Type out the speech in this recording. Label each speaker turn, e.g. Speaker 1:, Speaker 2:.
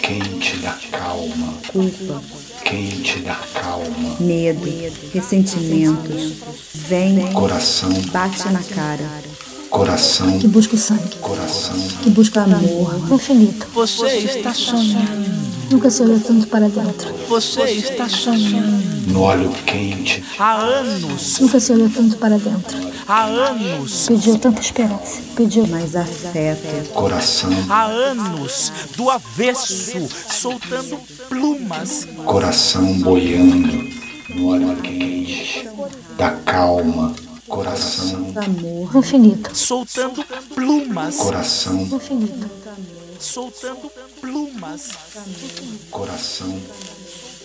Speaker 1: Quem te dá calma?
Speaker 2: culpa,
Speaker 1: Quem te dá calma?
Speaker 2: medo, ressentimentos. Vem,
Speaker 1: Coração,
Speaker 2: bate na cara.
Speaker 1: coração,
Speaker 3: que busca o sangue,
Speaker 1: coração.
Speaker 3: que busca amor infinito.
Speaker 4: Você está sonhando.
Speaker 3: Nunca se olhou tanto para dentro,
Speaker 4: Você está sonhando.
Speaker 1: No óleo quente,
Speaker 4: Há anos,
Speaker 3: nunca se olhou tanto para dentro.
Speaker 4: há anos,
Speaker 3: Pediu tanta esperança, pediu
Speaker 2: Mas afeto,
Speaker 1: coração,
Speaker 4: há anos do avesso, soltando plumas.
Speaker 1: coração boiando. No óleo quente, dá calma. Coração,
Speaker 2: amor,
Speaker 3: infinito,
Speaker 4: Soltando plumas,
Speaker 1: coração,
Speaker 3: infinito.
Speaker 4: soltando plumas.
Speaker 1: coração.